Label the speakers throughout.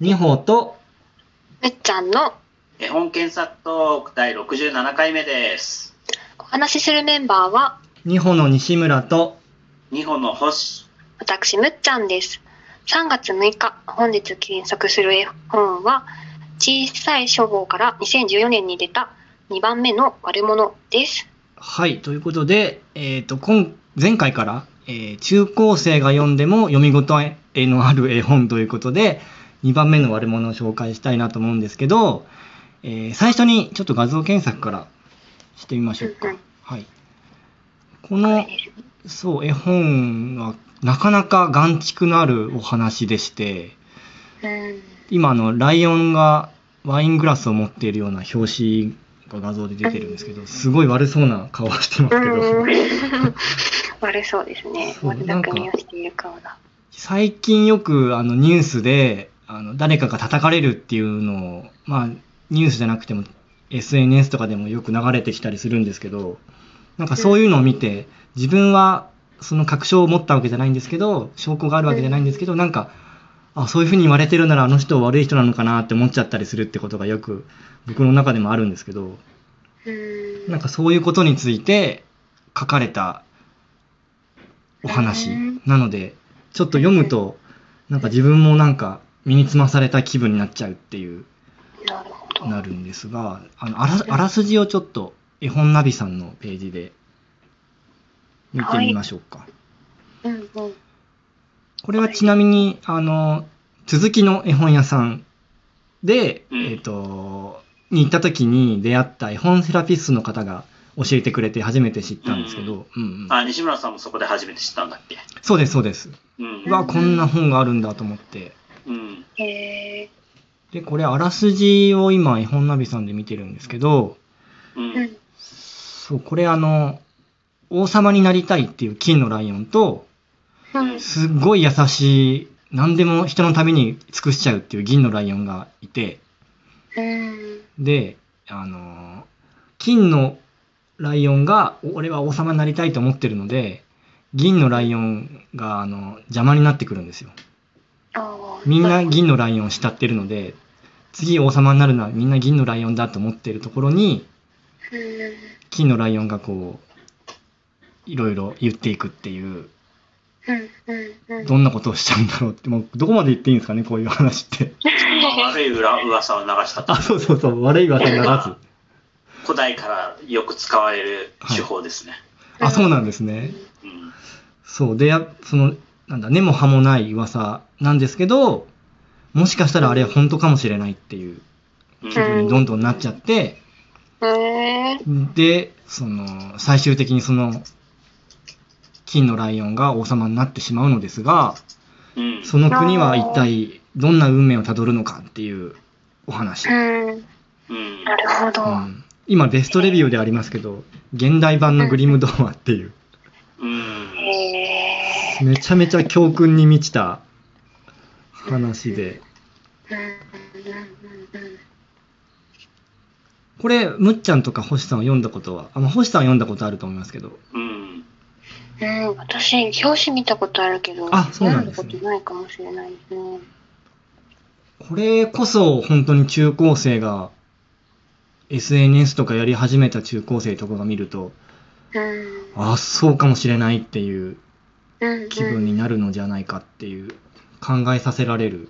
Speaker 1: 二歩と、
Speaker 2: めっちゃんの
Speaker 3: 絵本検索トーク第67回目です。
Speaker 2: お話しするメンバーは
Speaker 1: 二歩の西村と、
Speaker 3: 二本の星。
Speaker 2: 私むっちゃんです3月6日本日検索する絵本は小さい書房から2014年に出た2番目の悪者です
Speaker 1: はい、ということで、えっ、と、今、前回から、えー中高生が読んでも読み応えのある絵本ということで、2番目の悪者を紹介したいなと思うんですけど、えー最初にちょっと画像検索からしてみましょうか。
Speaker 2: うんうん
Speaker 1: はい。この、そう、絵本はなかなか眼蓄のあるお話でして、
Speaker 2: うん
Speaker 1: 今あのライオンがワイングラスを持っているような表紙が画像で出てるんですけどすごい悪そうな顔をしてますけ
Speaker 2: う
Speaker 1: ど
Speaker 2: ん悪そうですね
Speaker 1: そう
Speaker 2: 悪
Speaker 1: なん
Speaker 2: 巧
Speaker 1: か
Speaker 2: みをしている顔だ
Speaker 1: 最近よくあのニュースであの誰かが叩かれるっていうのをまあニュースじゃなくても SNS とかでもよく流れてきたりするんですけどなんかそういうのを見て自分はその確証を持ったわけじゃないんですけど証拠があるわけじゃないんですけどなんかあそういうふうに言われてるならあの人は悪い人なのかなって思っちゃったりするってことがよく僕の中でもあるんですけど
Speaker 2: うん
Speaker 1: なんかそういうことについて書かれたお話
Speaker 2: うん
Speaker 1: なので、ちょっと読むと、なんか自分もなんか身につまされた気分になっちゃうっていう、
Speaker 2: なるほど
Speaker 1: なるんですが、あの、あらあらすじをちょっと絵本ナビさんのページで見てみましょうか。
Speaker 2: うんうん
Speaker 1: これはちなみに、あの、続きの絵本屋さんで、
Speaker 3: うん
Speaker 1: えっ、と、に行った時に出会った絵本セラピストの方が教えてくれて初めて知ったんですけど、うんうん
Speaker 3: あ、西村さんもそこで初めて知ったんだっけ
Speaker 1: そうです、そうです。
Speaker 3: うん
Speaker 1: う。わ、こんな本があるんだと思って。
Speaker 3: うん。
Speaker 2: へえ
Speaker 1: で、これ、あらすじを今、絵本ナビさんで見てるんですけど、
Speaker 3: う。
Speaker 2: うんん
Speaker 1: そう、これ、あの、王様になりたいっていう金のライオンと、
Speaker 2: うん
Speaker 1: すっごい優しい、何でも人のために尽くしちゃうっていう銀のライオンがいて、
Speaker 2: うん
Speaker 1: で、あの、金のライオンが、お俺は王様になりたいと思ってるので、銀のライオンが、あの、邪魔になってくるんですよ。
Speaker 2: あー
Speaker 1: みんな銀のライオンを慕ってるので次王様になるのはみんな銀のライオンだと思ってるところに
Speaker 2: うん
Speaker 1: 金のライオンがこういろいろ言っていくっていう
Speaker 2: うんうんうん
Speaker 1: どんなことをしちゃうんだろうってもうどこまで言っていいんですかねこういう話って
Speaker 3: まあ悪い裏噂を流したと
Speaker 1: あ。そうそうそう悪い噂にならず
Speaker 3: 古代からよく使われる手法ですね。
Speaker 1: あそうなんですね
Speaker 3: うん。
Speaker 1: そうでやそのなんだ根も葉もない噂なんですけどもしかしたらあれは本当かもしれないっていう
Speaker 3: う
Speaker 1: 気
Speaker 3: ん。
Speaker 1: 分にどんどんなっちゃって
Speaker 2: へえ
Speaker 1: でその最終的にその金のライオンが王様になってしまうのですが
Speaker 3: うん。
Speaker 1: その国は一体どんな運命をたどるのかっていうお話、
Speaker 2: うん
Speaker 3: うん。
Speaker 2: なるほど、
Speaker 1: うん今ベストレビューでありますけど現代版のグリム童話っていう
Speaker 3: うん。
Speaker 2: へえ
Speaker 1: めちゃめちゃ教訓に満ちた話で
Speaker 2: うんうんうんうん
Speaker 1: これむっちゃんとか星さんは読んだことはあ、まあ、星さんは読んだことあると思いますけど
Speaker 3: うん。
Speaker 2: うん、私、表紙見たことあるけど、
Speaker 1: あそうなんですね
Speaker 2: 読だことないかもしれないですね。
Speaker 1: これこそ本当に中高生が SNS とかやり始めた中高生とかが見ると
Speaker 2: うん。
Speaker 1: ああそうかもしれないっていう
Speaker 2: うん、
Speaker 1: 気分になるのじゃないかっていう考えさせられる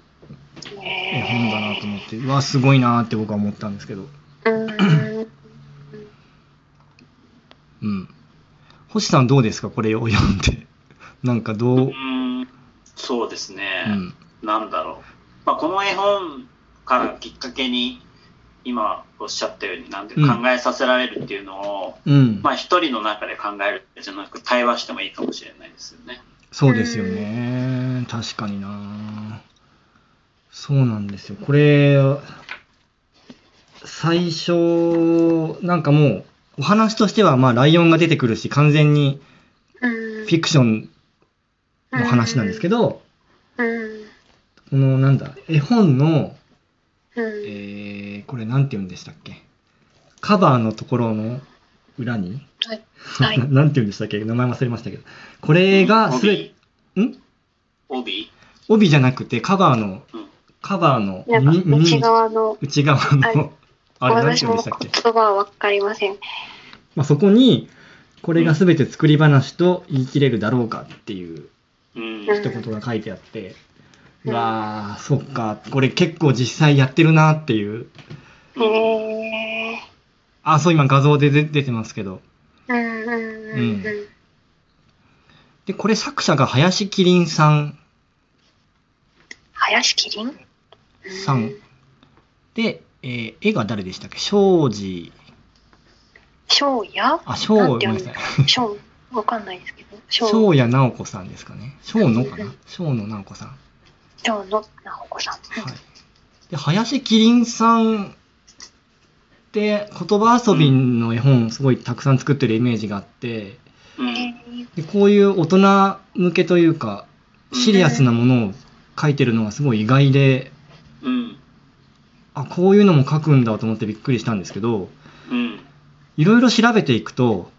Speaker 1: 絵
Speaker 2: 絵
Speaker 1: 本だなと思ってうわすごいなーって僕は思ったんですけど
Speaker 2: うん。
Speaker 1: うん星さんどうですかこれを読んでなんかどう、う
Speaker 3: うん。そうですね。
Speaker 1: ん、
Speaker 3: なんだろう、まあ、この絵本からきっかけに今おっしゃったようになんていうか
Speaker 1: うん
Speaker 3: 考えさせられるっていうのを、
Speaker 1: うん
Speaker 3: まあ一人の中で考えるじゃなく対話してもいいかもしれないですよね。
Speaker 1: そうですよね確かになそうなんですよこれ最初なんかもうお話としてはまあライオンが出てくるし完全に
Speaker 2: うん。
Speaker 1: フィクションの話なんですけど、
Speaker 2: うん。
Speaker 1: このなんだ絵本の、
Speaker 2: うん。
Speaker 1: えー、これなんて言うんでしたっけカバーのところの裏に、
Speaker 2: はい。はい。
Speaker 1: なんて言うんでしたっけ名前忘れましたけどこれがすべ
Speaker 3: 帯
Speaker 1: ん
Speaker 3: 帯
Speaker 1: 帯じゃなくてカバーの
Speaker 3: うん
Speaker 1: カバーの
Speaker 2: なんか
Speaker 1: 耳
Speaker 2: 内
Speaker 1: 耳の
Speaker 2: 側の、
Speaker 1: 内側の、あれ何
Speaker 2: 私
Speaker 1: て言うん
Speaker 2: も
Speaker 1: でしたっけ
Speaker 2: 言葉はわかりません。
Speaker 1: まあ、そこに、これが全て作り話と言い切れるだろうかっていう
Speaker 3: うん
Speaker 2: うん
Speaker 1: 一言が書いてあって、
Speaker 2: うん
Speaker 1: わあ、そっか、これ結構実際やってるなっていう。
Speaker 2: へえ
Speaker 1: あ、そう、今画像で出出てますけど。
Speaker 2: うんうんうんうん。
Speaker 1: で、これ作者が林麒麟さん、
Speaker 2: 林麒麟
Speaker 1: さん。で、えー絵が誰でしたっけ庄司、
Speaker 2: 翔也
Speaker 1: あ、庄、ご
Speaker 2: なんて読
Speaker 1: めんな
Speaker 2: む
Speaker 1: さい。
Speaker 2: 翔わかんないですけど。
Speaker 1: 庄
Speaker 2: 翔
Speaker 1: 屋直子さんですかね。庄野か
Speaker 2: う
Speaker 1: なん庄野直子さん。
Speaker 2: 翔の直子さん。
Speaker 1: はい。で、林麒麟さんって言葉遊びの絵本すごいたくさん作ってるイメージがあって、
Speaker 3: う
Speaker 2: へ
Speaker 3: ん
Speaker 2: ー
Speaker 1: でこういう大人向けというか、シリアスなものを描いてるのがすごい意外で、
Speaker 3: うん
Speaker 1: あ、こういうのも描くんだと思ってびっくりしたんですけど、
Speaker 3: うん
Speaker 1: いろいろ調べていくと、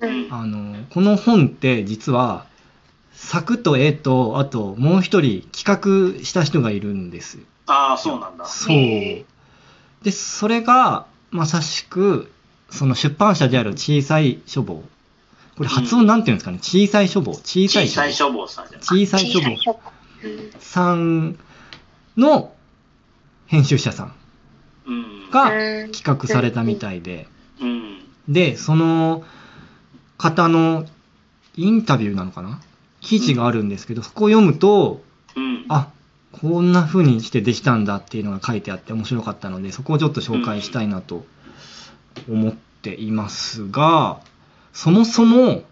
Speaker 2: うん
Speaker 1: あの、この本って実は、作と絵と、あともう一人企画した人がいるんです。
Speaker 3: ああそうなんだ
Speaker 1: そう。
Speaker 2: へ
Speaker 1: で、それが、まさしく、その出版社である小さい書房。これ発音なんていうんですかね、小さい書房。小さ
Speaker 3: 小
Speaker 1: い書
Speaker 3: さい
Speaker 1: 房。
Speaker 3: 消防さんじゃん
Speaker 1: 小さい書
Speaker 2: 小
Speaker 1: 房
Speaker 2: さい書うん
Speaker 1: さんの編集者さん
Speaker 3: うん
Speaker 1: が
Speaker 2: うん
Speaker 1: 企画されたみたいで。
Speaker 3: うん
Speaker 1: で、その方のインタビューなのかな記事があるんですけど、そこを読むと、
Speaker 3: うん
Speaker 1: あこんな風にしてできたんだっていうのが書いてあって面白かったのでそこをちょっと紹介したいなと思っていますがそもそも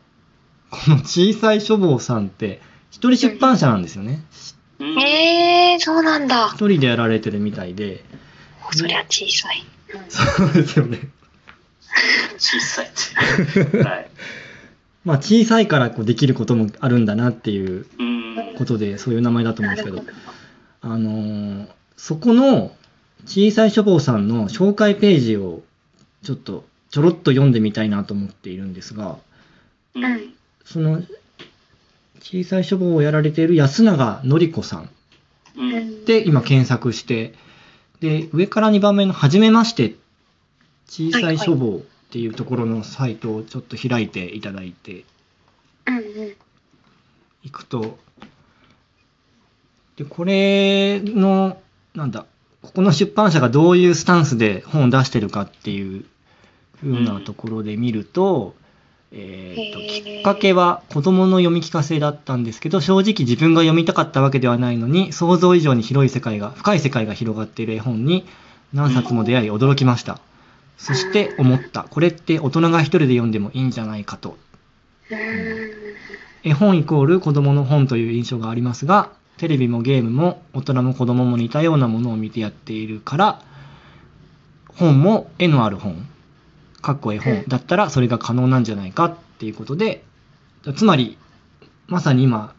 Speaker 1: この小さい書房さんって一人出版社なんですよね
Speaker 3: うん
Speaker 2: へえそうなんだ。
Speaker 1: 一人でやられてるみたいで
Speaker 2: そりゃ小さい。うん
Speaker 1: そうですよね
Speaker 3: 小さいって はい
Speaker 1: まあ小さいからこうできることもあるんだなっていう
Speaker 3: うん
Speaker 1: ことでそういう名前だと思うん
Speaker 2: な
Speaker 1: ですけ
Speaker 2: る
Speaker 1: ど
Speaker 2: ほど。
Speaker 1: あのーそこの小さい書房さんの紹介ページをちょっとちょろっと読んでみたいなと思っているんですが、
Speaker 3: う
Speaker 2: うん
Speaker 1: その小さい書房をやられている安永典子さん
Speaker 3: うん
Speaker 2: うん
Speaker 1: で今検索して、で、上から2番目のはじめまして、小さい書房っていうところのサイトをちょっと開いていただいて
Speaker 2: うんうん
Speaker 1: いくと、で、これの、なんだ、ここの出版社がどういうスタンスで本を出してるかっていうふうなところで見ると、えーっと、
Speaker 2: へ
Speaker 1: き
Speaker 2: ー
Speaker 1: っかけは子供の読み聞かせだったんですけど、正直自分が読みたかったわけではないのに、想像以上に広い世界が、深い世界が広がっている絵本に何冊も出会い驚きました。そして思った。これって大人が一人で読んでもいいんじゃないかと。
Speaker 2: うん
Speaker 1: 絵本イコール子供の本という印象がありますが、テレビもゲームも大人も子供も似たようなものを見てやっているから、本も絵のある本、かっこ絵本だったらそれが可能なんじゃないかっていうことで、つまり、まさに今、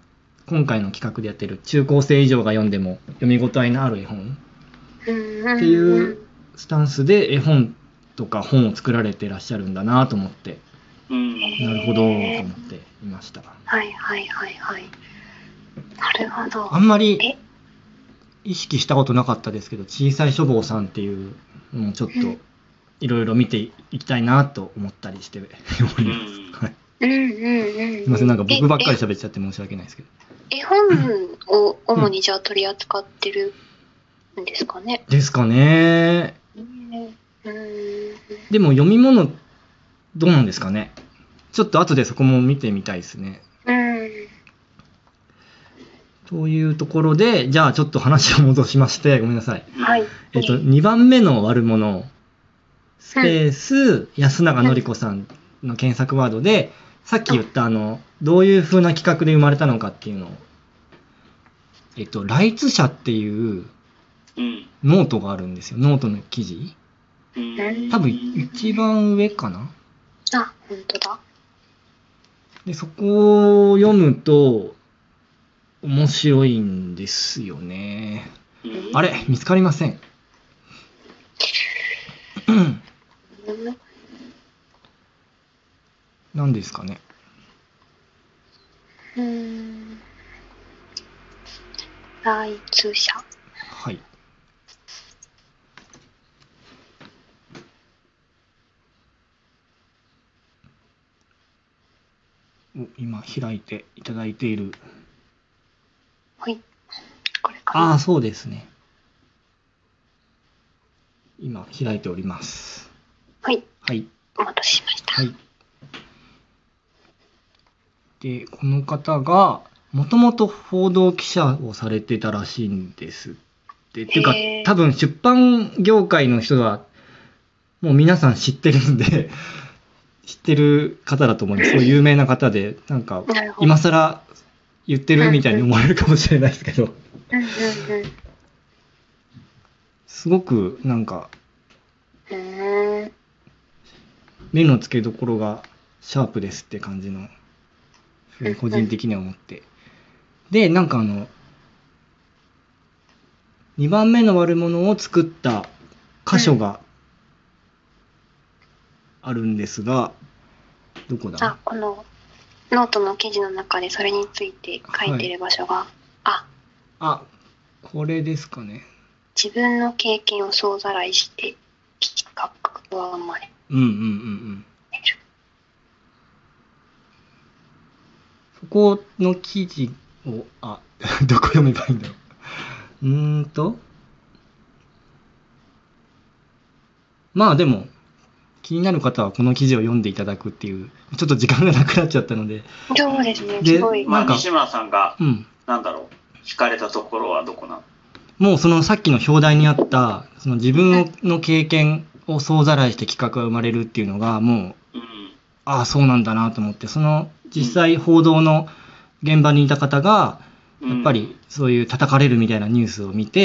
Speaker 1: 今回の企画でやってる中高生以上が読んでも読み応えのある絵本
Speaker 2: うんうん
Speaker 1: っていうスタンスで絵本とか本を作られてらっしゃるんだなと思って、
Speaker 3: うん
Speaker 1: なるほどと思っていました。
Speaker 2: はいはいはいはい。なるほど。
Speaker 1: あんま
Speaker 2: え
Speaker 1: り意識したことなかったですけど小さい書房さんっていうのをちょっと
Speaker 2: うん
Speaker 1: いろいろ見ていきたいなと思ったりしております。
Speaker 3: うん
Speaker 1: はい、
Speaker 2: うんうんうん。
Speaker 1: すいませんなんか僕ばっかり
Speaker 2: え
Speaker 1: 喋っちゃって申し訳ないですけど。
Speaker 2: え絵本を主にじゃあ取り扱ってるんですかね。
Speaker 1: ですかね。
Speaker 2: うん。うん
Speaker 1: でも読み物どうなんですかね。ちょっと後でそこも見てみたいですね。
Speaker 2: うん。
Speaker 1: というところでじゃあちょっと話を戻しましてごめんなさい。
Speaker 2: はい。
Speaker 1: えっと、2番目の悪者、スペース、安永のり子さんの検索ワードで、さっき言った、あの、どういう風な企画で生まれたのかっていうのを、えっと、ライツ社っていう
Speaker 3: うん
Speaker 1: ノートがあるんですよ。ノートの記事。
Speaker 3: うん
Speaker 1: 多分、一番上かな。
Speaker 2: あ、本当だ。
Speaker 1: で、そこを読むと、面白いんですよね。
Speaker 3: うん
Speaker 1: あれ見つかりません。
Speaker 2: うん
Speaker 1: 何ですかね。
Speaker 2: うん。来通者。
Speaker 1: はい。を今開いていただいている。
Speaker 2: はい。これか
Speaker 1: あ
Speaker 2: な。
Speaker 1: あ、そうですね。今開いております。
Speaker 2: はい。
Speaker 1: はい。
Speaker 2: お待たせしました。
Speaker 1: はい。で、この方が、もともと報道記者をされてたらしいんですって。っていうか
Speaker 2: へー、
Speaker 1: 多分出版業界の人は、もう皆さん知ってるんで、 知ってる方だと思うんです。すごい有名な方で、なんか、
Speaker 2: なるほど。
Speaker 1: 今更言ってるみたいに思われるかもしれないですけど、
Speaker 2: うんうんうん。
Speaker 1: すごくなんか、
Speaker 2: うーん。
Speaker 1: 目の付けどころがシャープですって感じのふうに個人的には思ってでなんかあの2番目の悪者を作った箇所があるんですが、どこ
Speaker 2: あ
Speaker 1: だ、
Speaker 2: このノートの記事の中でそれについて書いてる場所が、あ、
Speaker 1: あこれですかね
Speaker 2: 自分の経験を総ざらいして、企画は生まれ
Speaker 1: うんうんうんうん
Speaker 2: る。
Speaker 1: そこの記事をあ どこ読めばいいんだろううーんとまあでも気になる方はこの記事を読んでいただくっていうちょっと時間がなくなっちゃったので
Speaker 2: そうですね、
Speaker 1: です
Speaker 2: ごい。
Speaker 1: まな
Speaker 3: まあ、
Speaker 1: んか
Speaker 3: 西村さんが、
Speaker 1: うん
Speaker 3: なんだろう、惹かれたところはどこなの
Speaker 1: もうそのさっきの表題にあったその自分の経験を総ざらいして企画が生まれるっていうのがもう
Speaker 3: うん。
Speaker 1: ああそうなんだなと思ってその実際報道の現場にいた方がやっぱりそういう叩かれるみたいなニュースを見て